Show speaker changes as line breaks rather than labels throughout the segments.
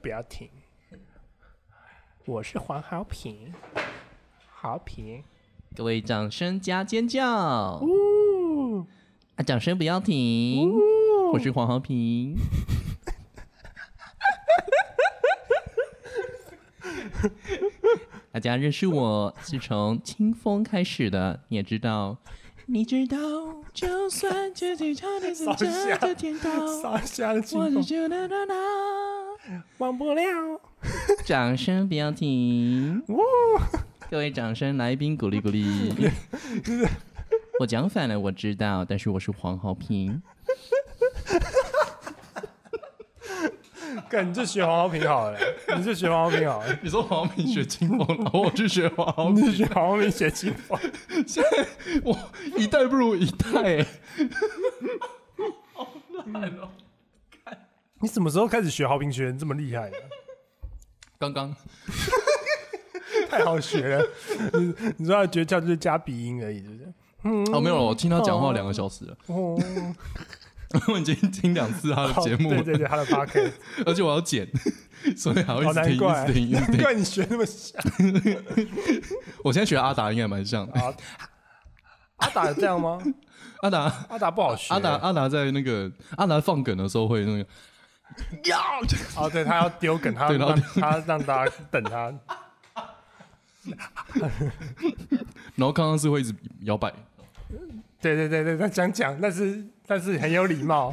不要停。我是黄好平，好平，
各位掌声加尖叫！
呜
啊，掌声不要停！
呜
我是黄豪 平。大家认识我是从清风开始的，你也知道。你知道，就算自己唱 的是这个天堂，
烧香
我
清
只
风
觉得啦啦。
忘不了。
掌声不要停！
呜，
各位掌声，来宾鼓励鼓励。我讲反了，我知道，但是我是黄豪平。
哥，你就学黄好平 好了，你就学黄好平好了，
你说黄明学清风，然后我去学黄豪
你就学黄好平学清风。
我一代不如一代、哦
你什么时候开始学好平学得这么厉害的？
刚刚
太好学 了。你你说他的诀窍就是加鼻音而已，是不是？
哦，没有，我听他讲话两个小时了，
哦，
我已经听两次他的 节目
对
了，
对对，他的 p o c k e t
而且我要剪，所以还要一
好
直听，
难怪，
一直听，一直
难
听。
怪你学那么像。
我现在学阿达应该蛮像的，
好阿达有这样吗？
阿达，
阿达不好学。
阿达，阿达在那个阿达放梗的时候会那个，呀，
哦，对他要丢梗，他
对然后
让他让大家等他。
然后刚刚是会一直摇摆，
对对对对，他讲讲，但是但是很有礼 貌，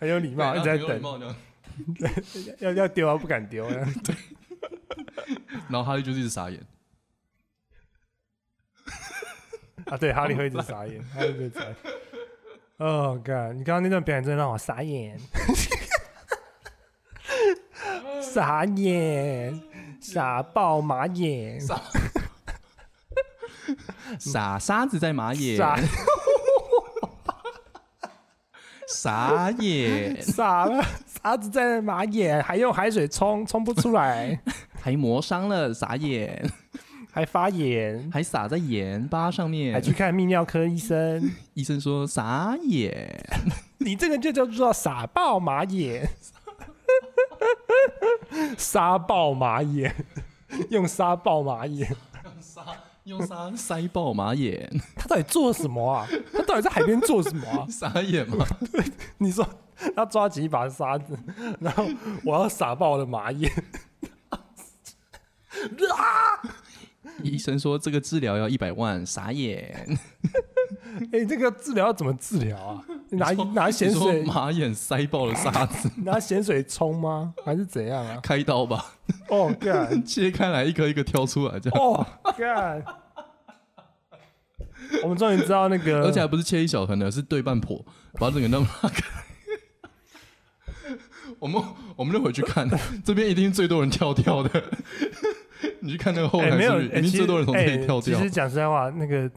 很有礼貌，一直在
然后有礼
等，
貌这样
要要丢啊他不敢 丢。
然后哈利就是一直傻眼，
啊，对，哈利会一直傻眼，哈利会一直傻眼。哦，干！你刚刚那段表演真的让我傻 眼，傻眼，傻爆马眼，傻
傻沙子在马眼，傻 眼，
傻了，傻子在马眼，还用海水冲，冲不出 来，
还磨伤了傻眼，
还发炎，
还撒在盐巴上
还
面，
去看泌尿科医生。
医生说傻眼。
你这个就叫做傻爆马 眼，沙爆马眼，用沙爆马眼。
沙用沙塞爆马眼，？
他到底做了什么啊？他到底在海边做什么啊
傻眼吗？
你说他抓起一把沙子，然后我要撒爆我的马 眼，
医生说这个治疗要一百万，傻眼。
哎、这个治疗要怎么治疗啊？拿
你说
拿咸
你
水
说马眼塞爆了沙子，
拿咸水冲吗？还是怎样啊？
开刀吧，
哦干
切开来一颗一颗挑出来这样，
哦干！我们终于知道那个，
而且还不是切一小横的，是对半剖，把整个那么拉开。我们我们就回去看， 这边一定最多人跳跳的。 你去看那个后
哎、
台
没有，
是不
哎
是一定
其
最
实
多人从这里
哎
跳
其
掉
实。讲实在话，那个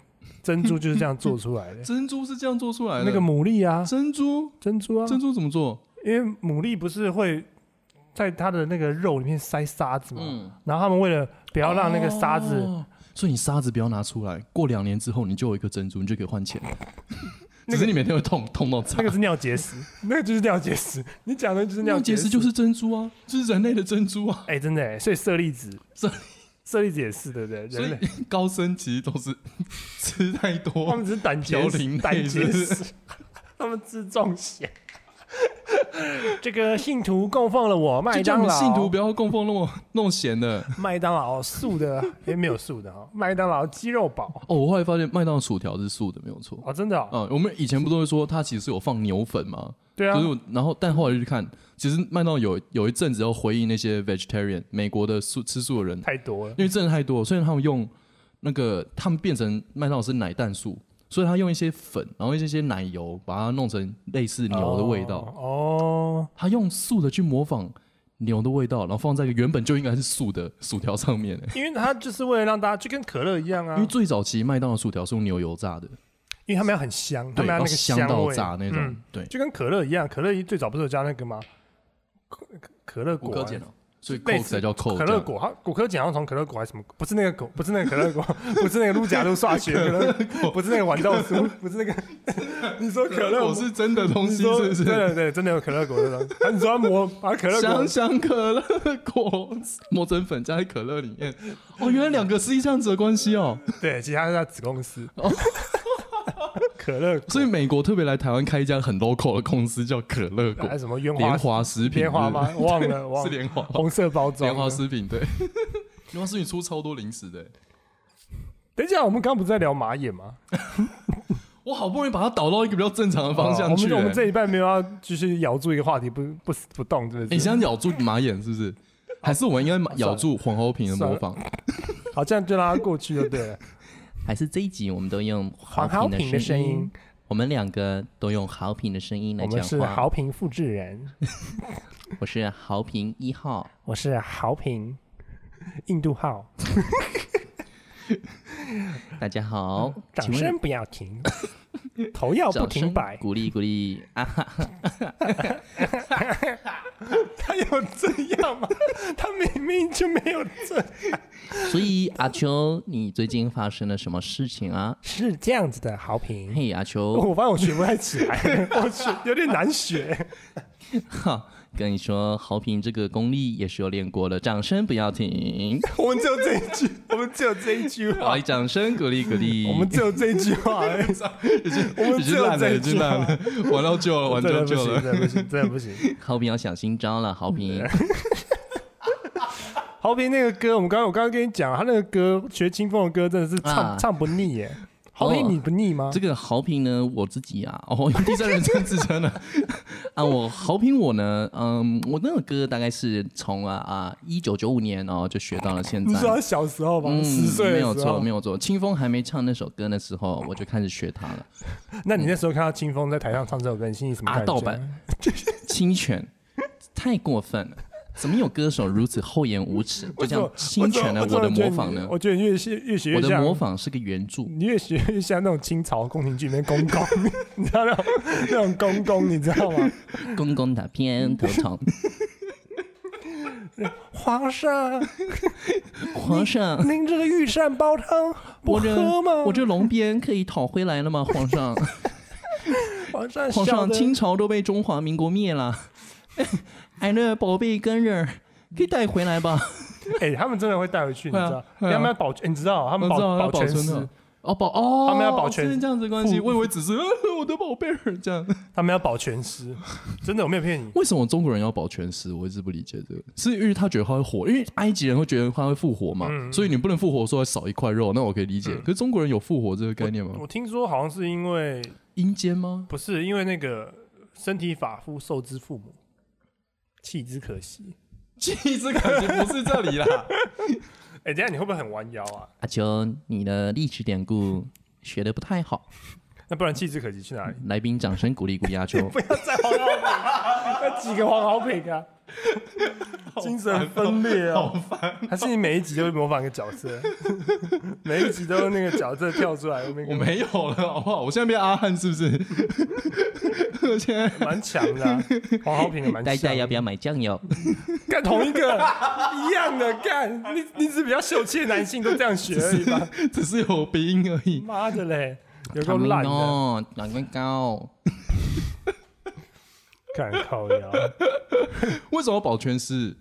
珍珠就是这样做出来的。
珍珠 是这样做出来的，
那个牡蛎啊，
珍珠
珍珠啊，
珍珠怎么做？
因为牡蛎不是会在它的那个肉里面塞沙子嘛，
嗯，
然后他们为了不要让那个沙子，
哦所以你沙子不要拿出来，过两年之后你就有一颗珍珠，你就可以换钱。只是你每天会痛痛 到
那
惨
个。是尿结石，那个就是尿结石。你讲的就是
尿
结
结石就是珍珠啊，就是人类的珍珠啊。
哎、真的哎、所以舍利子，
舍
舍利子也是对不对？
所
人类
以高僧其实都是 吃太
他
多
们，只是胆结
嘌呤
石，
类
胆
是
结
不是
石，他们吃中邪。 这个信徒供奉了我麦
就叫
当
你们
劳，
信徒不要供奉那么那么咸的。
麦当劳素的，也没有素的哈、哦 麦当劳鸡肉堡
哦，我后来发现麦当劳薯条是素的，没有错。
哦，真的、哦，
嗯，我们以前不都会说它其实是有放牛粉吗？
对啊
就，是我然后但后来就去看，其实麦当劳有有一阵子要回应那些 vegetarian 美国的素吃素的人，
太多了，
因为真的太多了，所以他们用那个他们变成麦当劳是奶蛋素，所以他用一些粉，然后一些些奶油把它弄成类似牛的味道，
哦，
他用素的去模仿牛的味道，然后放在一个原本就应该是素的薯条上面、欸
因为它就是为了让大家就跟可乐一样啊，
因为最早期麦当劳薯条是用牛油炸的，
因为他们要很香，他们
对，
要
然后
那个
香到
味，
炸那种，
嗯
对，
就跟可乐一样，可乐一最早不是有加那个吗？可可乐
骨
果
科
啊
碱哦，所以
类似
Coke 才叫 Coke，
可
这
乐
样
果，它骨科碱好像从可乐果还是什么，不是那个狗，不是那个可乐果， 不是那个鹿角鹿 刷雪可乐果，不是那个豌豆酥，不是那个，你说可
可
乐
乐果是真的东
你
西，
说
是
对
不是？
对对，真的有可乐果这种，啊你说它磨把可乐果
香香可乐果磨成粉加在可乐里面，哦，原来两个是这样子的关系哦。
对，其实它是它子公司
哦。
可乐
所以美国特别来台湾开一家很 local 的公司叫可乐
果
果
还是什么烟花
莲？华食品，
莲花吗？忘 了，
是不
忘
是？是
了。
莲花吧，
红色包装
莲花
的。
食品对。 莲花食品出超多零食的，欸
等一下，我们刚刚不是在聊马眼吗？
我好不容易把它导到一个比较正常的方
哦
向
我
去欸
们我
了。
们这一半没有要继续咬住一个话题，不不不动，是
欸
不
你
是？
想咬住马眼是不是？还是我应该咬住黄豪平的模仿？
好，这样就让它过去就对 了。
还是这一集我们都用
黄豪平的声音？，
我们两个都用豪平的声音
我们是豪平复制 人，
我是豪平一号，
我是豪平印度号，
大家好，
掌
请问
声不要 停，头要不
掌声
停摆。
鼓励鼓励啊哈！
他有这样吗？ 他明明就没有这。
所以阿秋，你最近发生了什么事情啊？
是这样子的，豪平。
嘿，阿秋，
我发现我学不太起来， 我学有点难学。
哈，跟你说，豪平这个功力也是有练过的，掌声不 要停，
我们只有这一句， 我们只有这一句话
来，掌声鼓励鼓励。
我们只有这一句 话而已。我们
已
只
经
有
烂
这
了，
一
已经
句
烂
话
了，，玩到 旧了，玩
真
到
的不
旧
行，
了。
真的不行，真的不行。
豪平要想新招了，豪平。
豪平那个歌，我们刚刚我刚刚跟你讲，他那个歌学清风的歌真的是唱、
啊
唱不腻耶。豪平
哦
你不腻吗？
这个豪平呢，我自己啊， 哦，用第三人称自称了 啊，我豪平我呢，嗯，我那首歌大概是从啊啊一九九五年哦就学到了现
你
在
说。他小时候吧，
嗯
十，岁
没
的
有
时候
错，没有错。清风还没唱那首歌的时候，我就开始学他了。
那你那时候看到清风在台上唱这首歌，你心里什么
啊
感觉？
盗版侵权，太过分了！怎么有歌手如此厚颜无耻，就
我
这
怎么
样侵权了
我怎
我
么
的
觉得
模
你
仿呢？
我觉得你越学越学越
我的模
像，
仿是个原著，
你越学越像那种清朝宫廷剧里面公公， 你知道那种那种公公，你知道 吗？
公公打偏头疼，
皇上，
皇上。
您这个御膳煲汤不
我这
喝吗？
我这龙鞭可以讨回来了吗？皇上，
皇上
皇
笑
上，
得
清朝都被中华民国灭了， 俺的宝贝跟人儿可以带回来吧？
哎、他们真的会带回去，你
会啊
知道？
会啊
他们要保，哎你知道他们
我知道要
保
保
全
存
师
的，，哦保哦，
他们要保全
是这样子的关系，
父
我以为只是、呃、我的宝贝儿这样。
他们要保全师，真的我没有骗你。
为什么中国人要保全尸？我一直不理解这个，是因为他觉得他会活，因为埃及人会觉得他会复活嘛，
嗯
所以你不能复活说少一块肉，那我可以理解。可是中国人有复活这个概念吗？
我听说好像是因为
阴间吗？
不是因为那个身体发肤受之父母，弃之可惜。
其实感觉不是这里啦。
哎、等一下你会不会很弯腰啊？
阿秋，你的历史典故学的不太好，
那不然弃之可惜去哪里？
来宾掌声鼓励鼓励阿秋。
不要再黄好品， 那几个黄好品啊！ 精神分裂哦，好烦！还是你每一集都会模仿一个角色， 每一集都用那个角色跳出来，我
我
们
没有了，好不好？我现在变阿汉是不是？我现在
蛮强的 啊、黄好品也蛮强的。
呆呆要不要买酱油？
干同一个一样的干，你你只比较秀气的男性都这样学而已吧？
只是有鼻音而已。
妈的嘞，有够烂的，
哦，长官高。
干靠腰。
为什么保全师？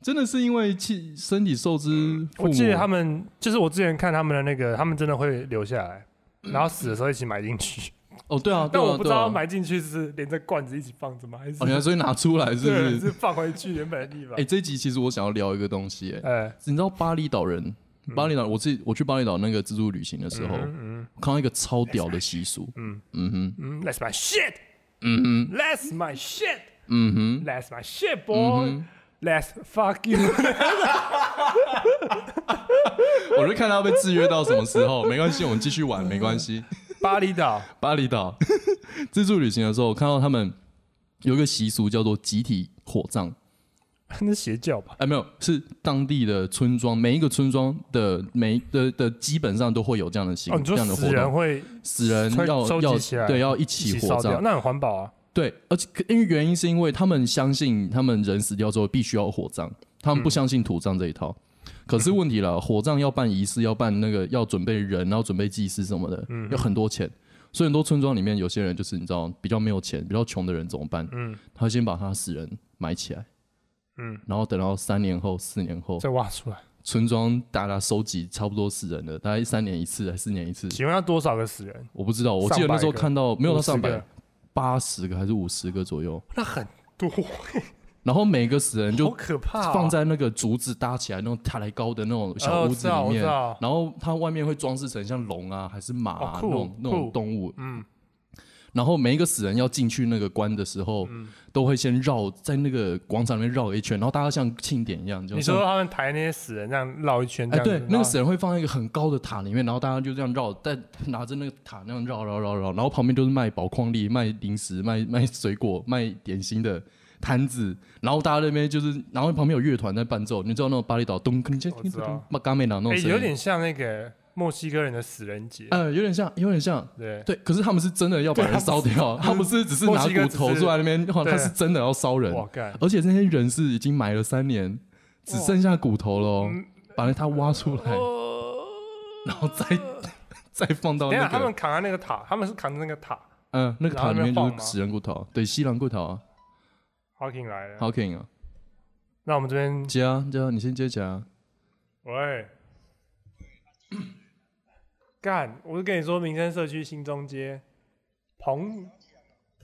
真的是因为气身体受之
嗯
父
我
母？
记得他们就是我之前看他们的那个，他们真的会留下来，
嗯
然后死的时候一起埋进去，
哦，对啊，对
但
啊，
我不知
对啊
道埋进去是连着罐子一起放着吗？还是
哦，原来所以拿出来是
对
不是？
是放回去原本的地方
哎、？这一集其实我想要聊一个东西、哎，
哎，
你知道巴厘岛人？巴厘岛，我自己我去巴厘岛那个自助旅行的时候，
嗯
看到一个超屌的习俗，
嗯
嗯哼，
嗯，That's my shit，
嗯哼，
That's my shit.
嗯哼，嗯
That's my shit, boy. Let's fuck you.
哦我就看他被制约到什么时候，没关系，我们继续玩，没关系。
巴厘岛，
巴厘岛自助旅行的时候，我看到他们有一个习俗叫做集体火葬。
那是邪教吧？
哎，没有，是当地的村庄，每一个村庄的每的的基本上都会有这样的行，
哦，你
这
说
样的活
死人
动，
会
死人
会收
要
集
要
起来
对要一
一
起
起
火
烧掉，
葬，
那很环保啊。
对，而且因为原因是因为他们相信他们人死掉之后必须要火葬，他
嗯
们不相信土葬这一套。可是问题了，火葬要办仪式，要办那个要准备人，然后准备祭祀什么的，
嗯
要很多钱。所以很多村庄里面有些人就是你知道比较没有钱、比较穷的人怎么办？
嗯
他先把他死人埋起来，
嗯，
然后等到三年后、四年后，
再挖出来。
村庄大家收集差不多死人了，大概三年一次还是四年一次，
请问要多少个死人？
我不知道。我记得那时候
上百个
看到没有到上
50
百
个，
八十个还是五十个左右，
那很多，
然后每个死人
好
就
可怕啊、
放在那个竹子搭起来那种塔来高的那种小屋
哦
子里
我知道我知
面，
道
然后它外面会装饰成像龙啊还是马啊、
哦
那
酷
种那种
酷
动物，
嗯，
然后每一个死人要进去那个关的时候，
嗯
都会先绕在那个广场里面绕一圈，然后大家像庆典一样，就
你
像
说他们抬那些死人这样绕一圈，这
哎，
样子
对，那个死人会放在一个很高的塔里面，然后大家就这样绕，但拿着那个塔那样绕绕绕绕，然后旁边就是卖宝矿力、卖零食、卖卖水果、 卖点心的摊子，然后大家那边就是，然后旁边有乐团在伴奏，你知道那种巴厘岛咚咚咚
我
咚
知
咚
道
咚，嘎美那种
哎、
声
有
音，
点像那个墨西哥人的死人节，
呃，有点像，有点像。
对，
对，可是他们是真的要把
对
人烧掉，他不是只是拿
墨西哥
骨
只是
头出来那边，他
对
是真的要烧人，
哇干，
而且那些人是已经埋了三年，只剩下骨头了
嗯
哦，哎把他挖出来，
哦
然后再再放到
呃等一下
哦那
他
个
们，扛在那个塔，他们是扛着那个塔
嗯，那个
然
塔
后
里
那
面
边
就
晃
是
吗
死人骨头，对，西兰骨头啊
，Hawking 来了。
，Hawking 啊，
那我们这边，
接啊接啊，你先接起来啊，
喂，干，我就跟你说，民生社区新中街，彭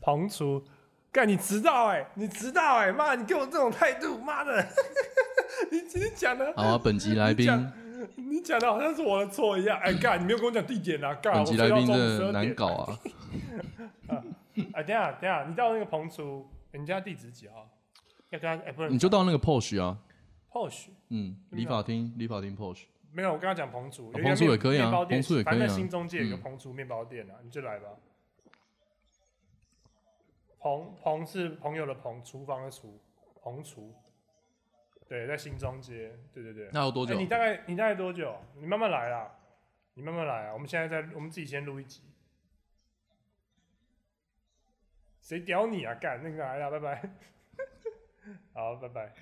彭厨，干，你迟到哎、你迟到哎、妈，你给我这种态度，妈的， 你你讲的
好啊，本集来宾
你，讲你讲的好像是我的错一样，哎、干，你没有跟我讲地点啊，干，
本
我
集
睡
来
到
宾
中午
真的
12
难
点
搞啊，
哎、等一下等一下，你到那个彭厨，哎人家地址几号？要跟他哎、不是，
你就到那个 Porsche 啊，
或许
嗯，
真的哎
理发厅理发厅 Porsche，
没有，我刚刚讲彭厨，有一
彭
个
厨
面
也可以啊
面包店
彭厨也可以
反
啊
正在新中街有个
嗯
彭厨面包店啊，你就来吧。彭彭是朋友的彭，厨房的厨，彭厨。对，在新中街，对对对。
那要多
哎
久
你？大概你大概多久？你慢慢来啦，你慢慢来啊。我们现在在，我们自己先录一集。谁屌你啊？干那个来啦，拜 拜。好，拜拜。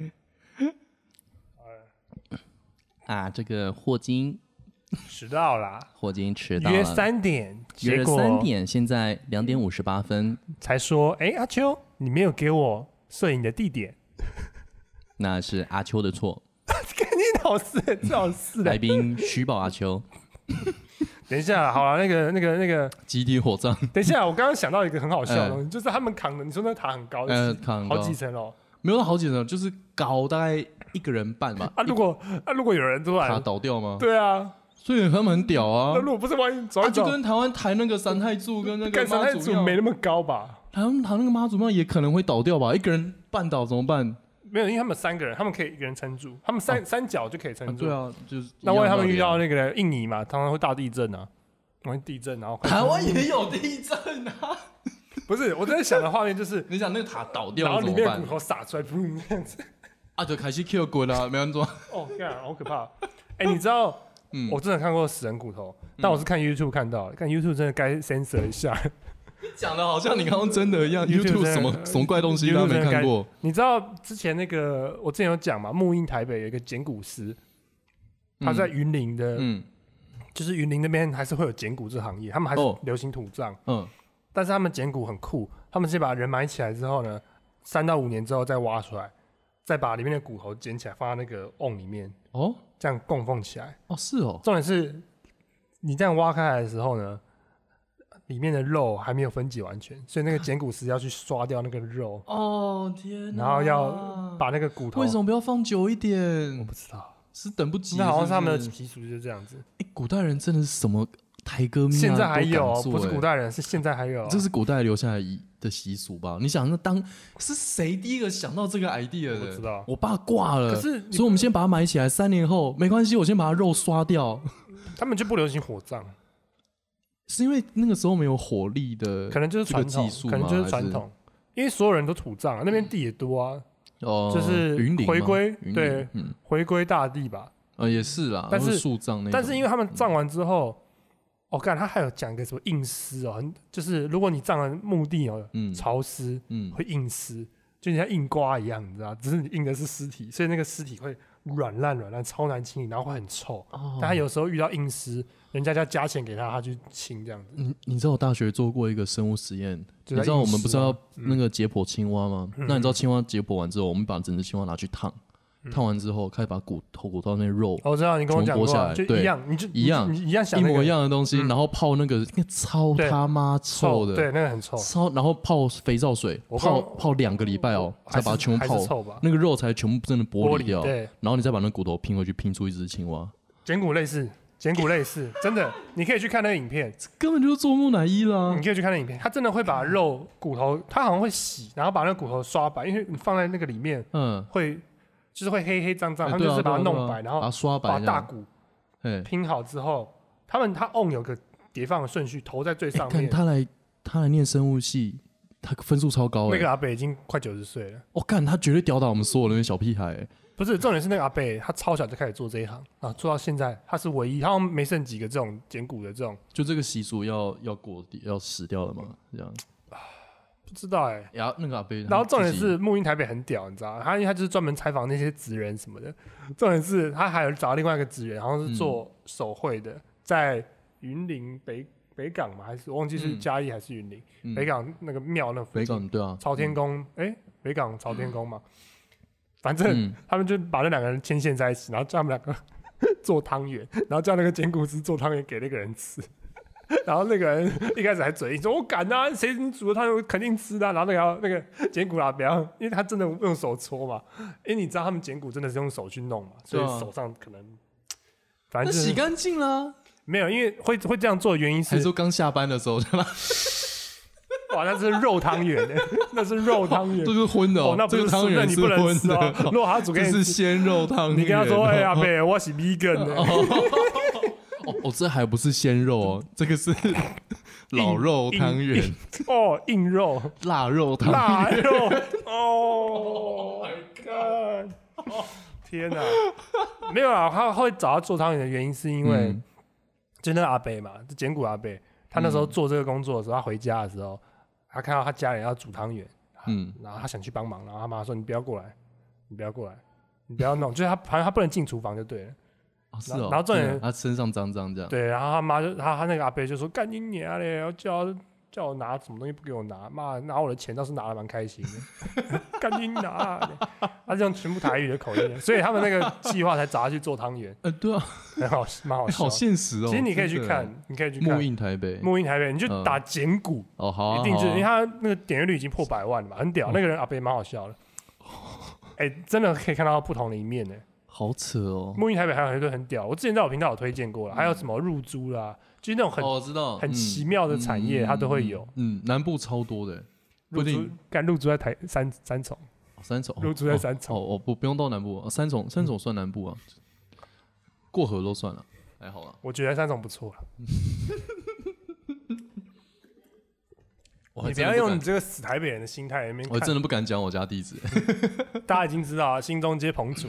哎，
啊，这个霍金
迟到啦，
霍金迟到
约
了。
三点，
约
结
了
果
三点，现在两点五十八分。
才说，哎、阿秋，你没有给我摄影的地点，
那是阿秋的错。
肯定老师，最好是
来
的。
宾虚哦报阿 秋，
啊等一下，好了，那个那个那个，
集体火葬。
等一下，我刚刚想到一个很好笑的
嗯
东西，就是他们扛的，你说那塔很高，
呃，看
好几层楼。
没有到好几层，就是高大概一个人半吧。
啊，如果啊，如果有人突
塔
然，
倒掉吗？
对啊，
所以他们很屌
那、
啊。
如果不是万一走
啊，
一
就
走，
跟台湾抬那个三太柱跟那个
干三
妈
太
祖
祖
庙，
没那么高吧？
台湾抬那个妈祖庙也可能会倒掉吧？一个人半倒怎么办？
没有，因为他们三个人，他们可以一个人撑住，他们三、三角就可以
啊
撑住。
对啊，就是
那万一他们
一
遇
样啊
到
的
那个印尼嘛，常常会大地震啊，万一地震然后快
台湾也有地震啊。
不是我在想的画面 就是，
你想那个塔倒
然
掉
后
了
里
怎么
面
办
骨？头撒出来，砰这样子。
啊，就开始 Q 滚 啊，没安装。
哦，干，好可怕！哎、你知道，
嗯
我真的看过死人骨头，但我是看 YouTube 看到的，看 YouTube 真的该 censor 一下。
讲的好像你刚刚真的一样
YouTube 真
，YouTube
的
什么什么怪东西
YouTube
大家没
真的
看
该
过？
你知道之前那个我之前有讲嘛，木印台北有一个捡骨师，他在云林的，
嗯
就是云林那边还是会有捡骨这行业，他们还是
哦
流行土葬，
嗯，
但是他们捡骨很酷，他们先把人埋起来之后呢，三到五年之后再挖出来，再把里面的骨头捡起来放在那个瓮里面，
哦
这样供奉起来。
哦是哦，
重点是，你这样挖开来的时候呢，里面的肉还没有分解完全，所以那个剪骨师要去刷掉那个肉，
哦天哪，
然后要把那个骨头。
为什么不要放久一
我
点？
不知道，
是等不及了，
那好像是他们的
是不是
习俗就是这样子。
哎古代人真的是什么台歌命啊
现在还
都
有
敢
哦，
做
不是
哎
古代人，是现在还有哦。
这是古代留下来遗的习俗吧？你想，那当是谁第一个想到这个 idea 的？
我不知道
我爸挂了，
可是你
所以我们先把它埋起来，三年后没关系，我先把它肉刷掉，
他们就不流行火葬，
是因为那个时候没有火力的，
可能就是
这个
传统
技术，吗
可能就
还
是
是嗯
传统，因为所有人都土葬啊，那边地也多啊，
哦，
就是
云林吗
回归
云林
对
嗯，
回归大地吧。
呃，也是啦，
但是
或树葬那种，嗯
但是因为他们葬完之后，哦，干他还有讲一个什么硬尸哦，很就是如果你葬的墓地哦
嗯
潮湿
嗯
会硬尸，就你像硬刮一样，你知道，只是你硬的是尸体，所以那个尸体会软烂软烂，超难清理，然后会很臭。
哦
但他有时候遇到硬尸，人家就要加钱给他，他去清这样子。
你你知道我大学做过一个生物实验，
就
你
在啊
知道我
硬
们
吃
不是要
吗
那个解剖青蛙吗？
嗯
那你知道青蛙解剖完之后，我们把整只青蛙拿去烫，烫完之后开始把骨头、骨头那肉
嗯哦我知道你跟我
全
讲
部剥
过
下
啊，
来
就
对
一样，你就
一样
你你一样想
一
那
模
个
一样的东西，
嗯
然后泡那个那个超
对
他妈
臭
臭的，
对，那个很臭，
超然后泡肥皂水，
我
泡
刚
泡两个礼拜哦，才
还是
把它全部
还是
泡，
臭吧？
那个肉才全部真的剥
玻
离掉，
对，
然后你再把那骨头拼回去，拼出一只青蛙，
简骨类似，简骨类似，真的，你可以去看那个影片，
这根本就是做木乃伊啦
你！可以去看那影片，他真的会把肉骨头，他好像会洗，然后把那个骨头刷白，因为你放在那个里面
嗯，
会就是会黑黑脏脏，
哎
他们
对
就
啊，
是把它
对啊对
弄
啊
白，然
把
后
它刷白
把
这
大
样，
骨
哎，
拼好之后，他们他 on 有个叠放的顺序，头在最
哎
上
看
面。
他来他来念生物系，他分数超高
那
哎
个，阿啊北已经快九十岁了，
我看他绝对吊打我们所有人的小屁孩欸，
不是重点是那个阿北，他超小就开始做这一行，然后做到现在，他是唯一，他好像没剩几个这种捡骨的这种，
就这个习俗要要过要死掉了嘛，这样，
不知道哎、
然后那个阿贝，
然后重点
自己
是木英台北很屌，你知道吗？他因为他就是专门采访那些职人什么的。重点是他还有找另外一个职人，好像是做
嗯
手绘的，在云林北北港嘛，还是我忘记是
嗯
嘉义还是云林、
嗯
北港那个庙那附
北
近，
港对啊，
朝天宫，哎、北港朝天宫嘛，反正、
嗯
他们就把那两个人牵线在一起，然后叫他们两个 做汤圆，然后叫那个捡骨师做汤圆给那个人吃。 然后那个人一开始还嘴硬说：“我敢啊，谁你煮的汤圆我肯定吃的啊、然后那个要那个捡骨啦，啊不要，因为他真的用手搓嘛，因为你知道他们捡骨真的是用手去弄嘛，所
对啊
以手上可能反
那
正、就
洗
是、
干净啦，
没有，因为会会这样做的原因
还
是
是说刚下班的时候，对吧？
哇，那是肉汤圆， 那是肉汤圆
这，个荤的
哦，那不
这
是
个
吃
汤
那
圆
你不能
荤
吃哦。
的，
如果他煮给
这
你
是
吃，
鲜肉汤圆。
你跟他说：“哎 呀，贝，我是 vegan 的。
哦，哦，这还不是鲜肉哦，这 个是老肉汤圆、
哦，硬肉、
腊肉汤圆。
腊肉。
Oh
哦 my god！天哪，没有啊，他会找他做汤圆的原因是因为
嗯，
就那个阿贝嘛，就简骨阿贝，他那时候做这个工作的时候，他回家的时候，他看到他家人要煮汤圆，
嗯
然后他想去帮忙，然后他妈说：“你不要过来，你不要过来，你不要弄。”就是他，反正他不能进厨房就对了。
哦是
然
哦，
然后重点
对啊他身上脏脏这样，
对，然后他妈就他他那个阿伯就说干你娘嘞，要叫他叫我拿什么东西不给我拿，妈拿我的钱倒是拿的蛮开心的， 干你拿嘞，他这样全部台语的口音，所以他们那个计划才找他去做汤圆，
呃，对啊，
很好，蛮好
哎
笑
好
的。
现实哦。
其实你可以去
真的
看，你可以去看
木印台北，
木印台北，你就打简骨，
哦，嗯好啊，
一定就是因为
好啊
他那个点阅率已经破百万了嘛，很屌。那个人阿伯蛮好笑的，哎，真的可以看到不同的一面呢。
好扯哦。
木印台北还有很多很屌，我之前在我频道有推荐过了，还有什么入珠啦，就是那种很
哦，我知道，
很
嗯
奇妙的产业，它都会有。
嗯，南部超多的，
入
不一定
住干入住在台三三重，
哦三重，
入住在三重，
哦，我不不用到南部，哦三重三重算南部啊，过河都算了，还好啊。
我觉得三重不错了。
我还
你不
哦真的
要用
敢
你这个死台北人的心态在那
我
边
真
看，
的不敢讲我家 地址，
大家已经知道啊，新中街彭 祖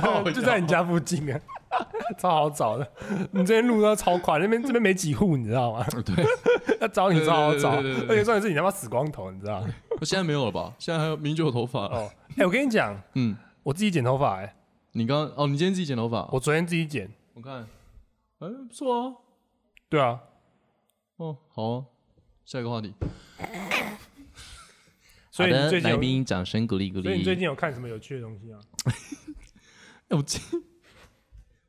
靠
哦就在你家附近啊， 超好找的。你这边路都超宽，那边这边没几户，你知道吗？
对，
要找你超好找，
对对对对
而
对
且重点是你他妈死光头，你知道 吗？
我现在没有了吧？现在还有明就有头发了。
哦，哎，我跟你讲，
嗯，
我自己剪头发，哎，
你刚哦，你今天自己剪头发？
我昨天自己剪，
我看，哎，不错啊。
对啊，
哦，好啊，下一个话题。
所以你最近有，
宾掌声鼓励鼓
所以你最近有看什么有趣的东西啊？
哎，我激，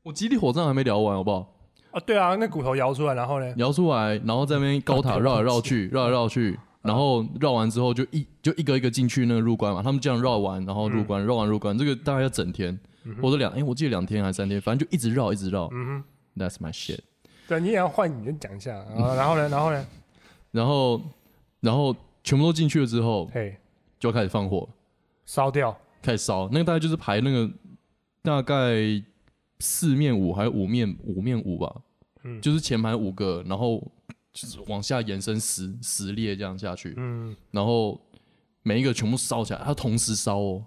我激励火葬还没聊完，好不好？
啊，对啊，那骨头摇出来，然后呢？
摇出来，然后在那边高塔绕来绕去，绕来绕去，然后绕完之后就一就一个一个进去那个入关嘛，他们这样绕完，然后入
嗯
关，绕完入关，这个大概要整天，或者两，哎，我记得两天还是三天，反正就一直绕，一直绕。
嗯哼。
That's my shit。
对，啊你也要换，你就讲一下啊。然后呢，然后呢，
然后，然后全部都进去了之后，
嘿，
就要开始放火，
烧掉，
开始烧。那个大概就是排那个大概四面五还有五面五面五吧，
嗯
就是前排五个，然后就是往下延伸十十列这样下去，
嗯，
然后每一个全部烧起来，它同时烧哦。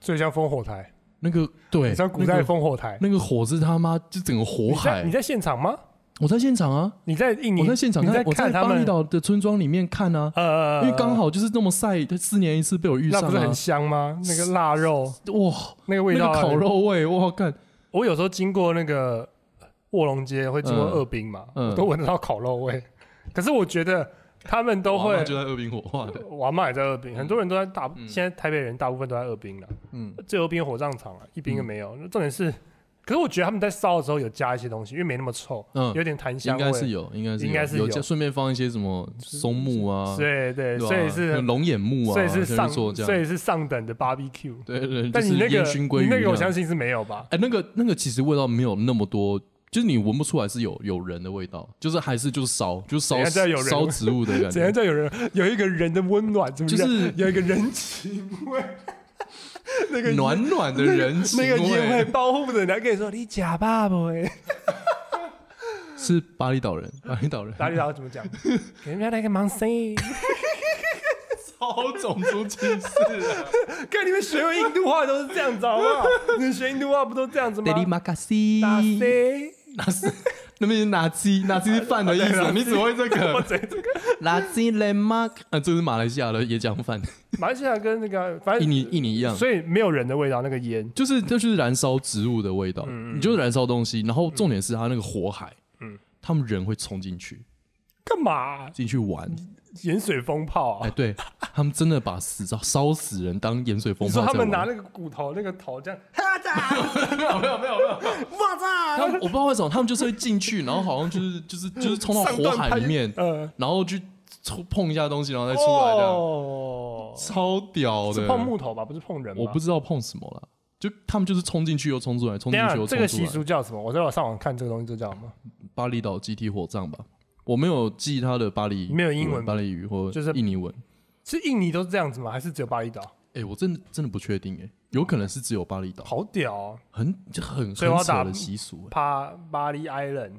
所以像烽火台，
那个对，
像古代
那个
烽火台。
那个火是他妈就整个火
你在
海
你，在现场吗？
我在现场啊，
你在印尼，
我在现场
你
看，
在
我在
看他
巴厘
们，
岛的村庄里面看啊，
呃，
因为刚好就是那么晒，它四年一次被我遇
那
上
不是很
啊，
香吗？那个腊 肉，
哇，
那个味
那
道，啊
个烤。肉味，哇，干，
我有时候经过那个卧龙街，会经过
嗯
二滨嘛，
嗯
都闻得到烤肉味。可是我觉得他们都
我
会
阿嬷，就在二饼火化的，
我阿妈也在二滨，很多人都在大，
嗯
现在台北人大部分都在二滨了，
嗯
最后滨火葬场啊，一滨都没有。重点是，可是我觉得他们在烧的时候有加一些东西，因为没那么臭，
嗯，
有点檀香
应
味，
该是有，应该是
应该是有
有加，顺便放一些什么松木啊，
对对，
对吧
所以是
那龙眼木啊，
所以是
像
上，
做这
所
样，
以是上等的 barbecue。
对对，
但你
就
那个
是烟熏鲑
你
鱼
那个，我
这
相
样
信是没有吧？
哎、那个那个其实味道没有那么多，就是你闻不出来是有有人的味道，就是还是就是烧，就是
怎
烧
样叫有人
烧植物的感
怎样
觉。
叫有人有一个人的温暖，怎么
就是
样有一个人情味？ 那个
暖暖的人情
那
味，
个烟味包护着人，然后跟你说你假爸爸 哎，
是巴厘岛人，巴厘岛人，
哪里老怎么 讲？给人家那个盲塞，
超种族歧视啊！
看你们学会印度话都是这样子好不 好？你们学印度话不都这样子吗
德？里马卡西，
打 塞，
纳西，那边是纳西，纳西是饭的意思啊，你只会这
我
个
这这个
纳西雷马，啊，这是马来西亚的椰浆饭，
马来西亚跟那个反
印
正
尼印尼一样。
所以没有人的味道，那个烟
就是这就是燃烧植物的味道，你就是燃烧东西，然后重点是它那个火海，
嗯
他们人会冲进去，
干嘛？
进去玩，
盐水风炮
哎、
啊！
对他们真的把死烧烧死人当盐水风
你
炮
说
在
他
玩，
们拿那个骨头、那个头这样，哈嚓，
没有没有没有，
哇
他们
嚓，
我不知道为什么他们就是会进去，然后好像就是就是就是冲到
上
火
段
海
拍
里面，
呃，
然后去触碰一下东西，然后再出来这样，
哦，
超屌
是
的，
碰木头吧？不是碰人吗？
我不知道碰什么了。就他们就是冲进去又冲出来，冲
等
进
一
去
下
又
这个
冲
习
出来。
俗叫什么？我在我上网看这个东西就叫什么？
巴厘岛集体火葬吧，我没有记他的巴黎，
没有英文
巴黎语或
就是
印尼文。
是印尼都是这样子吗？还是只有巴厘岛？
哎、我真的真的不确定哎、有可能是只有巴厘岛，
好屌、哦，
很就很很
所以我要打
扯的习俗、欸。
巴巴厘 island，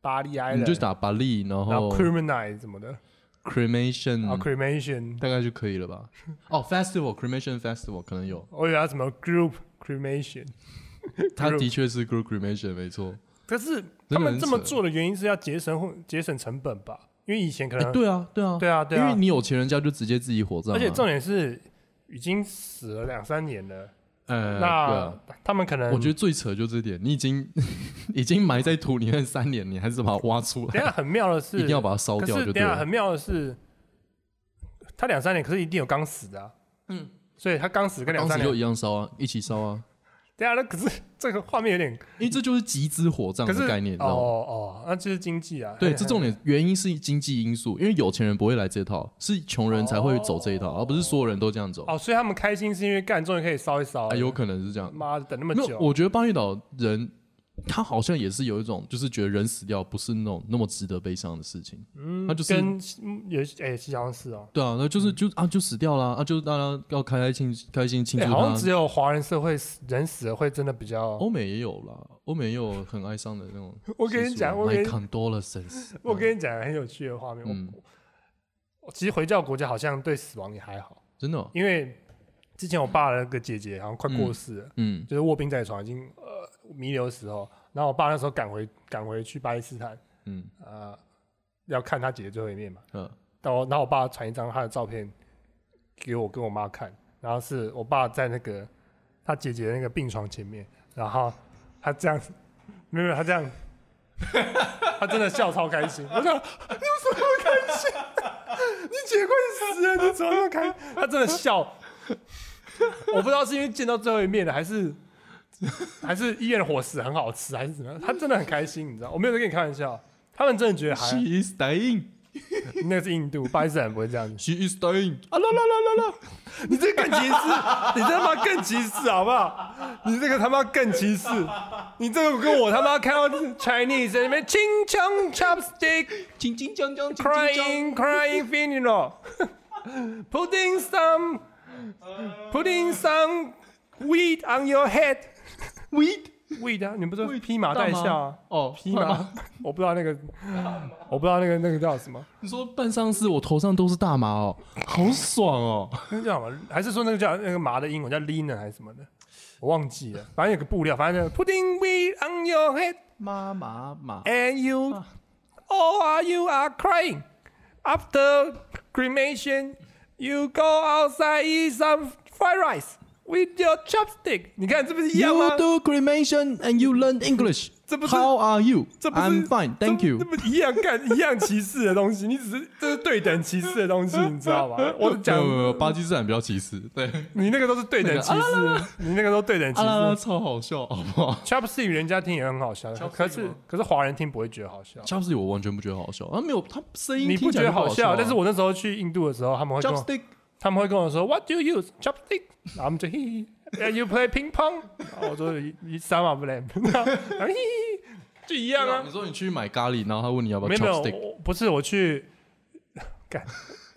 巴厘
你
island，
就哦打巴厘，然
然后哦
后
criminalize 什么的，
cremation，、
然后 cremation，
大概就可以了吧？哦，festival cremation festival 可能有，
我以为它哦什么 group cremation，
它
Group
的确是 group cremation 没错。
可是
真的
他
很
们这么
扯
做的原因是要节省节省成本吧？因为以前可
哎、
能
对啊，对啊，
对啊对
因
啊
为你有钱人家就直接自己火葬、啊，
而且重点是已经死了两三年了，
呃，对
那
啊。
他们可能
我觉得最扯就这点，你已经 已经埋在土里面三年，你还是把它挖出
等一
来，
下很妙的是，
一定要把它烧
可
掉
是
就
等一
对
下
了
很。妙的是，他两三年可是一定有刚死的、啊，
嗯，
所以他刚死跟两
当
三
时
年
就，一样烧啊，一起烧啊，
等一下那可是这个画面有点，
因为这就是集资火葬
可
的
是
概念，你知
哦
道吗？
哦，那就是经济啊，
对，
嘿
这重点原因是经济因素，因为有钱人不会来这套，是穷人才会走这一套，而不是所有人都这样走。
哦，所以他们开心是因为干终于可以烧一烧了，
啊，有可能是这样。
妈的哦等那么
没
久
有，，我觉得巴厘岛人他好像也是有一种，就是觉得人死掉不是那种那么值得悲伤的事情。
嗯，
他就是
跟嗯也哎，西洋是哦。
对啊，那就是就啊就死掉了啊，就是大家要开开心开心庆
哎，
祝
好像只
他。哦
有华人社会死人死了会真的比较。
欧美也有啦，欧美也有很哀伤的那种习俗啊。
我跟你讲我跟你
My condolences，
我跟你讲很有趣的画面，我
嗯
我其实回教国家好像对死亡也还好，
真的哦，
因为之前我爸的那个姐姐好像快过世了，
嗯
就是卧病在床，已经呃弥留的时候，然后我爸那时候赶回赶回去巴基斯坦，
嗯
呃，要看他姐姐最后一面嘛，
呃
然后然后我爸传一张他的照片给我跟我妈看，然后是我爸在那个他姐姐的那个病床前面，然后他这样，没有没有他这样，他真的笑超开心。我想你为什么那么开心？ 你姐快死了，你怎么那么开心？他真的笑，我不知道是因为见到最后一面了，还是。还是医院的伙食很好吃，还是怎么样？他真的很开心，你知道？我没有在跟你开玩笑，他们真的觉得还
，She is dying。
那是印度，巴基斯坦不会这样子。
She is dying！啊啦啦啦啦啦！
你这个更歧视，你这他妈更歧视好不好？你这个他妈更歧视，你这个跟我他妈看到 Chinese 在那边 ching chong chopstick
请请将将
crying crying funeral putting some putting some weed on your head
weed
weed 啊，你不是说披麻戴孝啊？
哦，
披 麻？，我不知道那个，我不知道那个那个叫什么，
你说办丧事，我头上都是大麻哦，好爽哦！
那个叫什么？还是说那个叫那个麻的英文叫 linen 还是什么的？我忘记了，反正有个布料，反正 putting weed on your head，
妈妈妈，
and you all are you are crying after cremation you go outside eat some fried rice with your chopstick 你看这不是一样
You
吗？
do cremation and you learn English.
这不是
How are you?
这不是
I'm fine, thank
这
you.
这不一样干一样歧视的东西，你只是这是对等歧视的东西，你知道吗？我讲
没有没有没有巴基斯坦比较歧视，对，
你那个都是对等
啊
歧视，你那个都对等歧
啊啦啦，
视。
超好笑， 好不好
Chopstick 人家听也很好笑，可是可是华人听不会觉得好笑。
？Chopstick 我完全不觉得好笑，啊，没有，他声音
你不
听起
觉
来
得
就好
好笑？
啊
但是我那时候去印度的时候，他们会跟我
Chopstick
他们会跟我说 What do you use chopstick？然后我们就嘿嘿，And you play ping pong？然 后我说一一三嘛不嘞， 然后嘿嘿，就一样啊
你。说你去买咖喱，然后他问你要不
没
要
有没有，
chopstick，
我不是我去 干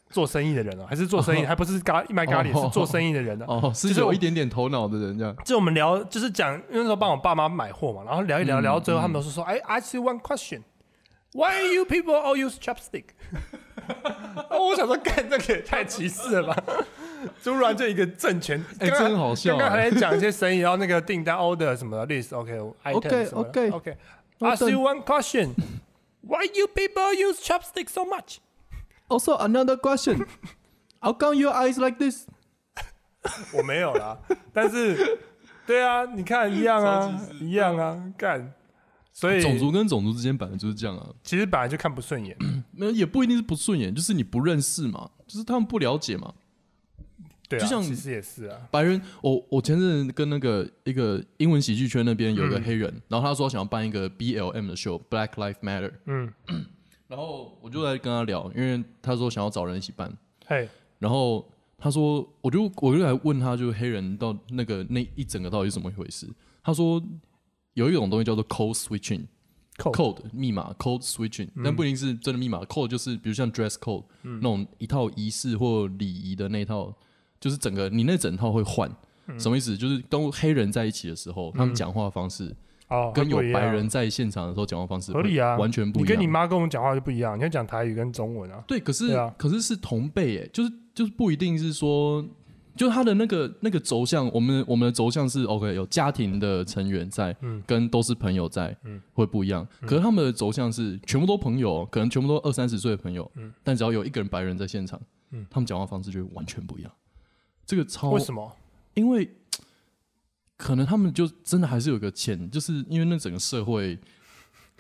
做生意的人哦，还是做 生意，还不是咖卖咖喱，
哦
是做生意的人呢。啊
哦，是
就是
有
我
一点点头脑的人这样。
就我们聊，就是讲因为那时候帮我爸妈买货嘛，然后聊一聊，
嗯
聊到最后
嗯
他们都是说，哎，I see one question。Why you people all use chopstick？哦我想说，干这个也太歧视了吧！ 突然就一个政权，
哎
刚刚
真好笑
刚刚还在讲一些生意，然后那个订单 order 什么的 list，OK，item
OK，
什么的
OK
OK。
我
Ask you
等
one question. Why you people use chopstick so much？
Also another question, how come your eyes like this？
我没有 啦，但是对啊，你看一样啊，一样啊，干。所以
种族跟种族之间本来就是这样啊，
其实本来就看不顺 眼，
没有也不一定是不顺眼，就是你不认识嘛，就是他们不了解嘛。
对啊，
就像
其实也是啊，
白人，我我前阵子跟那个一个英文喜剧圈那边有一个黑人，然后他说想要办一个 BLM 的 show，Black Life Matter，
嗯，
然后我就在跟他聊，因为他说想要找人一起办，
嘿，
然后他说，我就我就来问他，就是黑人到那个那一整个到底是怎么一回事？他说有一种东西叫做 code switching。
Code 嗯
code 密码 code switching，、但不一定是真的密码。code 就是比如像 dress code、那种一套仪式或礼仪的那一套，就是整个你那整套会换。
嗯
什么意思？就是当黑人在一起的时候，他们讲话方式
哦，
跟有
不一样
白人在现场的时候讲话方式
合理啊，
会完全不一
你
样。
跟你妈跟我们讲话就不一样，你要讲台语跟中文啊，
对，可是、
对啊
可是是同辈诶，就是就是不一定是说，就是他的那个那个轴向，我们我们的轴向是 OK，有家庭的成员在，
嗯
跟都是朋友在，
嗯
会不一样。可是他们的轴向是全部都朋友，可能全部都二三十岁的朋友，
嗯
但只要有一个人白人在现场，
嗯
他们讲话方式就会完全不一样。这个超
为什么？
因为可能他们就真的还是有个潜，就是因为那整个社会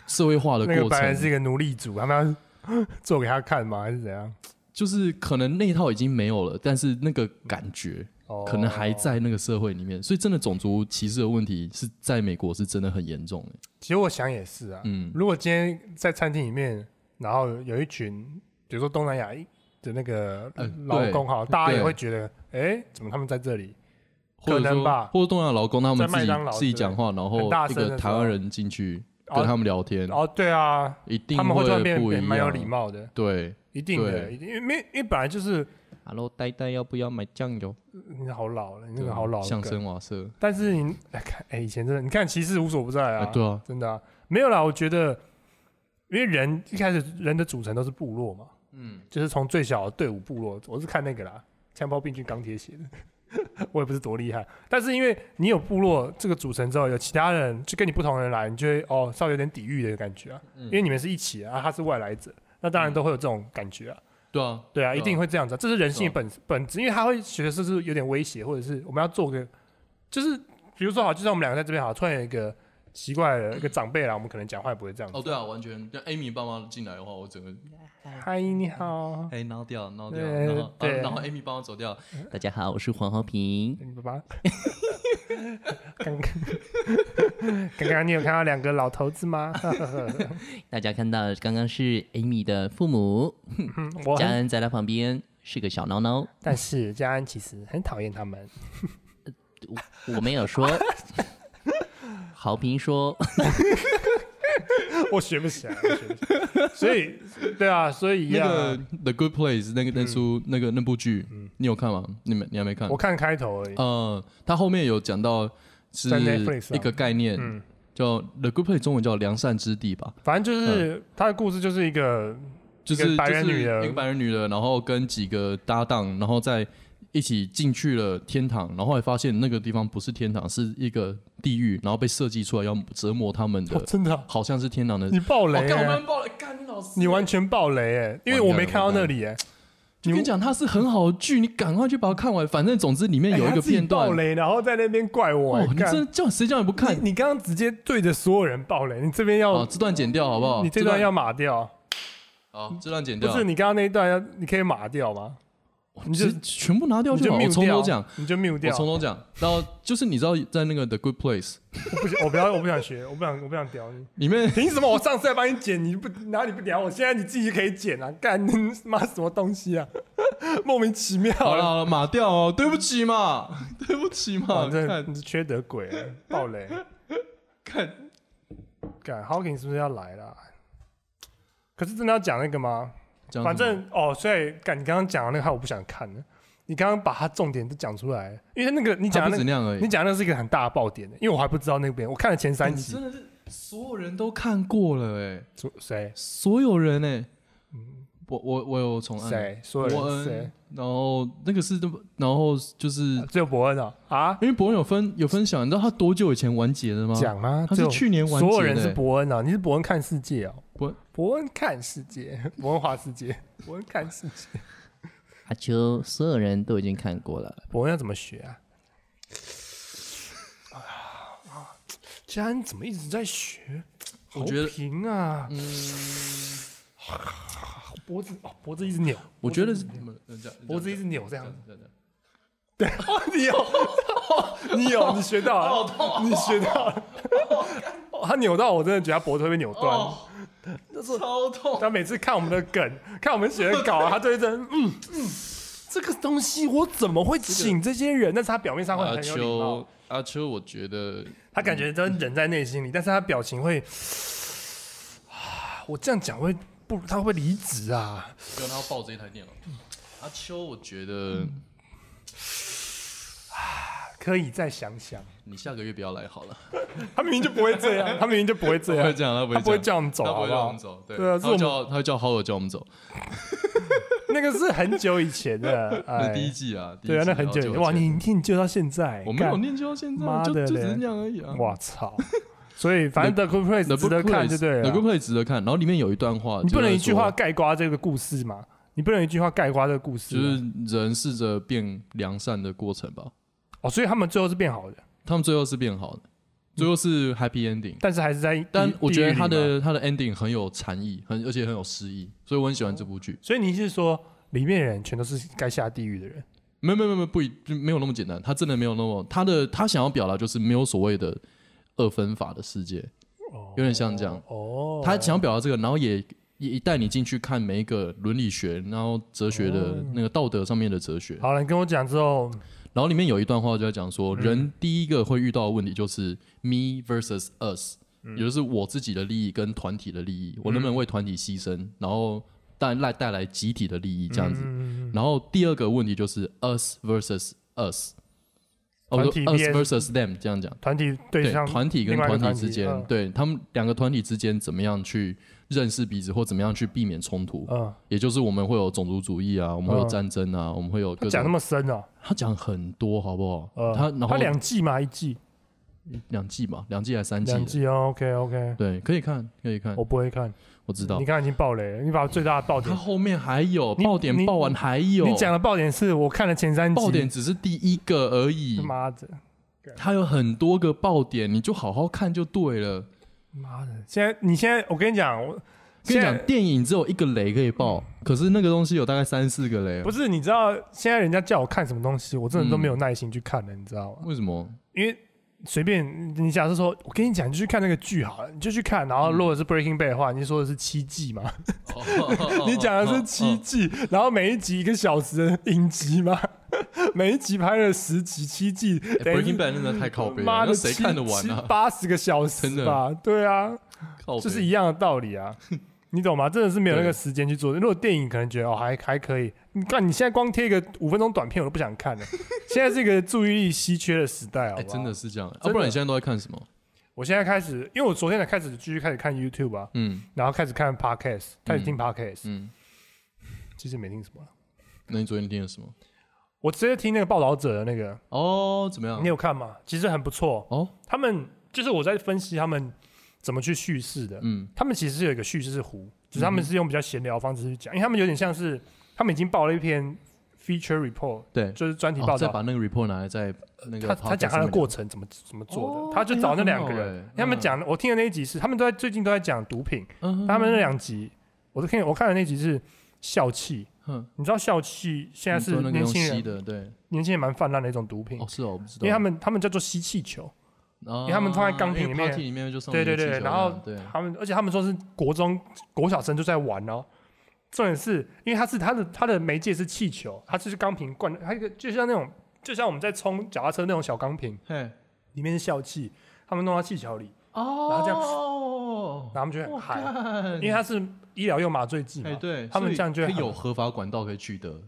社会化的
那个
过程，
白人是一个奴隶主，他们要 做给他看吗？还是怎样？
就是可能那一套已经没有了，但是那个感觉
哦，
可能还。在那个社会里面，所以真的种族歧视的问题是在美国是真的很严重欸的。
其实我想也是啊，
嗯，
如果今天在餐厅里面，然后有一群，比如说东南亚的那个
呃
劳工哈，大家也
对
会觉得，哎，怎么他们在这里？
或
可
者
能
说
吧
或者东南亚劳工他们自
在麦
己
当劳
自己讲话，然后
很大
一
声的时
个
候
台湾人进去
哦
跟他们聊天，
哦，对啊，
一定
他们会突然变
不一
得
样，
蛮有礼。貌的，
对，啊
一定的，
对
一定，因为因为因为本来就是。
Hello，呆呆要不要买酱油？
你好老了，你那
对啊
个好老的
相
梗
声瓦舍
但是你哎，看哎，以前真的，你看歧视无所不在
啊
啊，，
对啊，
真的啊，没有啦。我觉得，因为人一开始人的组成都是部落嘛，
嗯，
就是从最小的队伍部落，我是看那个啦，《枪炮病菌钢铁写的， 我也不是多厉害。但是因为你有部落这个组成之后，有其他人就跟你不同人来，你就会哦，稍微有点抵御的感觉啊，
嗯
因为你们是一起的啊，他是外来者，那当然都会有这种感觉啊。
对啊，
对啊，
对啊
一定会这样子啊、这是人性
对
的本本质，因为他会觉得这是有点威胁，或者是我们要做个，就是比如说好，就像我们两个在这边好，突然有一个奇怪的一个长辈啦，我们可能讲话也不会这样子。
哦对啊，完全。像 Amy 爸妈进来的话，我整个
嗨，你好，
哎挠掉挠掉，
对
然后啊
对
然后 Amy 帮我走掉，
大家好，我是黄浩平。
你爸爸。 刚刚刚刚你有看到两个老头子吗？
大家看到刚刚是 Amy 的父母，
嗯我
佳
很，
恩在他旁边是个小孬孬，
但是佳安其实很讨厌他们。
我没有说。豪平说
我学不起来，我学不起来。所以，对啊，所以一
那
样啊、
个《The Good Place》那个那出、那个那部剧，你有看吗？你没你还没看
嗯我？看开头而已。
呃，它后面有讲到是
在 Netflix 上
一个概念，
嗯
叫《The Good Place》，中文叫“良善之地”吧，
反正就是、他的故事就是一个
就是
一个白人女
就是
的
一个白人女的，然后跟几个搭档，然后在。一起进去了天堂，然后后来发现那个地方不是天堂，是一个地狱，然后被设计出来要折磨他们的，
哦真的啊，
好像是天堂的。
你爆
哦
雷
干我
欸，
们爆了，干你老师！
你完全爆雷哎，因为我没看到那里哎，
就跟你讲，它是很好的剧，你赶快去把它看完。反正总之里面有
哎
一
他
个
自己
片段
爆，雷，然后在那边怪我
哦
欸，，
你
干
这叫谁叫你不看？
你你刚刚直接对着所有人爆雷，你这边
啊
要，
这段剪掉好不好？
你这段要码掉，
好，这段剪
不
掉。哦
是你刚刚那一段要，你可以码掉吗？你就
直接全部拿掉
你就
就好。我
mute
从
掉
头讲，，
你就 mute
我
掉。
从头讲。然后就是你知道，在那个 The Good Place
我不想，我不要，我不想学，我不想，我不想屌你。
里面，
凭什么我上次还帮你剪，你不哪里不屌我？现在你自己可以剪啊！干你妈什么东西啊？ 莫名其妙
好了
啊！
好了，码掉哦，对不起嘛，对不起嘛，
反正
看
你是缺德鬼，暴雷。
看，
干 Hawking 是不是要来了？啊可是真的要讲那个吗？
讲
反
什么
正哦，所以干你刚刚讲的那个话我不想看了。你刚刚把它重点都讲出来，因为那个你
它
讲
不
的
止
那
那
个，
样而已哎
你。讲的那是一个很大的爆点的，因为我还不知道那边，我看了前三
你
集
真。的是所有人都看过了哎，
主谁
所有人哎，我我我有重按，
嗯谁所有
伯
人谁
恩？，然后那个是，然后就是
只有伯恩啊啊？
因为伯恩有分有分享，你知道他多久以前完结的吗？
讲啊，
他
只
是
有
去年完结的、
所有人是伯恩啊，你是伯恩看世界哦，
伯恩
伯恩看世界， 伯恩华世界，伯恩看世界，
阿秋，所有人都已经看过了，
伯恩要怎么学啊？哎家人怎么一直在学？
我觉得
好平啊，脖子哦，脖子一直扭，
我觉得是嗯这样
脖子一直扭这
这
样
样
子。
这样这样
哦，你有， 你有，你学到了，你学到 了。哦他扭到我，真的觉得他脖子会被扭断。
超痛！
他每次看我们的梗，看我们写的 稿啊，他就一直嗯嗯，这个东西我怎么会请这些人？但是他表面上会
阿
很有礼貌
秋，，阿秋，我觉得
他感觉真忍在内心里，但是他表情会， 啊我这样讲会不，他会不会离职啊？
不要他要抱着一 台电脑。阿秋，我觉得
可以再想想，
你下个月不要来好了。
他明明就不会这样，他明明就不会这
不会
样，
这样，他不
啊他
会
不会
这样
叫我们走，
他不
好
会
不
叫我
好
们？走。对
对啊
他
是我
会
们
叫他会叫好友叫我们走。
那个是很久以前的，
那
哎，
第一季啊，第一
对啊，
季
那很久以前，哇，你你救到现在，
我没有
干
念旧到现在，
妈
就
的
就只
嘞
是那样而已啊。
我操！所以反正 The Good Place 值得看，就对了
The。Good Place 值得看。然后里面有一段话，
你不能
就是
一句
说
话概括这个故事嘛？你不能一句话概括这个故事
就
嘛。
是人试着变良善的过程吧。
哦，所以他们最后是变好的，
他们最后是变好的，最后是 happy ending。
但是还是在地
但我觉得他，
地狱里嘛
的他的 ending 很有禅意，很而且很有诗意，所以我很喜欢这部剧。
所以你是说里面人全都是该下地狱的人？
没有没有没有不一没有那么简单，他真的没有那么他的他想要表达就是没有所谓的二分法的世界，
哦
有点像这样。
哦，
他想要表达这个，然后也也带你进去看每一个伦理学，然后哲学的
哦
那个道德上面的哲学。
好了，你跟我讲之后，
然后里面有一段话就在讲
嗯
说，人第一个会遇到的问题就是 me versus us，、也
嗯
就是我自己的利益跟团体的利益，我能不能为团体牺牲，然后带来带来集体的利益这样子。
嗯
然后第二个问题就是 us versus us，哦
团
不
体
是
变
us versus them 这样讲。
团体对象
团体跟
另外一个
团体
团体
之间，
嗯
对他们两个团体之间怎么样去认识彼此，或怎么样去避免冲突，
嗯，
也就是我们会有种族主义啊，我们会有
嗯
战争啊，我们会有
他
各
讲那
种。
么深哦，
他讲很多，好不好？
呃，
他然后
他两季嘛，一季
两季嘛，两季还是三季的？
两季哦，OK OK，
对，可以看，可以看，
我不会看，
我知道
你。刚刚已经爆雷了，你把最大的爆
他
点，
后面还有
你
爆点，
你
爆完还有
你讲的爆点是我看了前三集，
爆点，只是第一个而已。
妈的。
他有很多个爆点，你就好好看就对了。
妈的！现在你现在，我跟你讲，我
跟
现
你
在
讲，电影只有一个雷可以爆，可是那个东西有大概三四个雷
不。是你知道，现在人家叫我看什么东西，我真的都没有耐心去看了，你知道吗？
为什么？
因为随便你假设说，我跟你讲，你就去看那个剧好了，你就去看。然后
嗯
如果是 Breaking Bad 的话，你说的是七季嘛？
哦
你讲的是七季，然后每一集一个小时的影集嘛？ 每一集拍了十集，七季，等于
哎 Breaking
是
Bad 真的太靠背
妈
了，
的
那谁看得完啊？
八十个小时
真的哦
吧？对啊，
靠
就是
背
一样的道理 啊，你懂吗？真的是没有那个
对
时间去做。如果电影可能觉得哦还还可以，你看你现在光贴一个五分钟短片我都不想看了。现在是一个注意力稀缺的时代，好不
哎，
好
真的，是这样。啊，
真的
不然你现在都在看什么？
我现在开始，因为我昨天才开始继续开始看 YouTube 啊，
嗯
然后开始看 Podcast，开始听 Podcast，、
嗯，
其实没听什么了。
那你昨天听了什么？
我直接听那个报道者的那个，
哦，怎么样
你？有看吗？其实很不错。
哦，
他们就是我在分析他们怎么去叙事的。
嗯
他们其实是有一个叙事弧，只是他们是用比较闲聊的方式去讲，因为他们有点像是他们已经报了一篇 feature report，
对，
就是专题
哦，
报
再
道。
把那个 report 拿来再那个
他他讲他的
podcast 上面
过
聊
程怎么怎么做的，
哦
他就找那两个
哎呀
人，
很好哎
他们
嗯
讲我听的那一集是他们都在最近都在讲毒品，
嗯
他们那两集我都听我看的那集是笑气，
嗯
你知道笑气现在
你
是
说那个
年
用
轻
吸
人
的，对，
年轻人蛮泛滥的一种毒品
哦，，是哦，我不知道，哦
因为他们他们叫做吸气球，
因
为他们放在钢瓶里面
里面就送
对对
你
对，
气球
然后
了对，
他们，而且他们说是国中国小生就在玩哦。重点是因为它是它的它的媒介是气球，它就是钢瓶灌，它一个就像那种就像我们在冲脚踏车那种小钢瓶，
嘿，
里面是笑气，他们弄到气球里，
哦，
这样
哦
然后他们就很嗨，
嗨
因为它是医疗用麻醉剂
哎
嘛，
对，
他们
所以
这样就会
可以
很
有合法管道可以取得，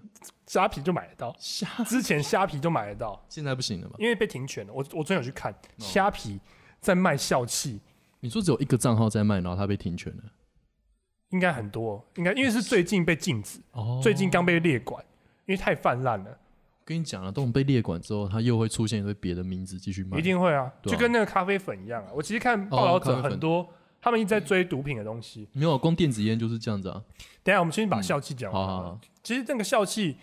虾皮就买得到，
虾
之前虾皮就买得到，
现在不行了吧？
因为被停权了。我我真有去看
哦
虾皮在卖笑气，
你说只有一个账号在卖，然后他被停权了，
应该很多，应该因为是最近被禁止，
哦，
最近刚被列管，因为太泛滥了。
跟你讲了，等我们被列管之后，他又会出现一堆别的名字继续卖，
一定会啊，
对啊
就跟那个咖啡粉一样啊。我其实看报道
哦咖
者
啡粉
很多，他们一直在追毒品的东西。
没有光电子烟就是这样子啊，
等一下我们先把笑气讲完
好
好
好
了。
好，
其实那个笑气，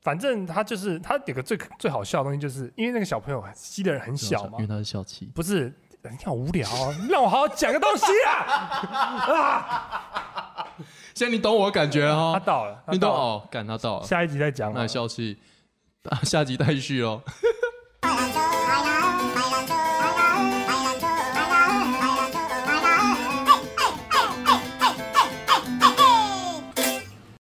反正他就是他有个最最好笑的东西，就是因为那个小朋友吸的人很小嘛
啊因为，他是笑气，
不是。你好无聊、哦，你让我好好讲个东西啊！
现在你懂我的感觉
他
哈，
到了，他
你懂
到了，啊
哦，赶他到了，
下一集再讲好
那
了。
笑气，啊下集待续哦。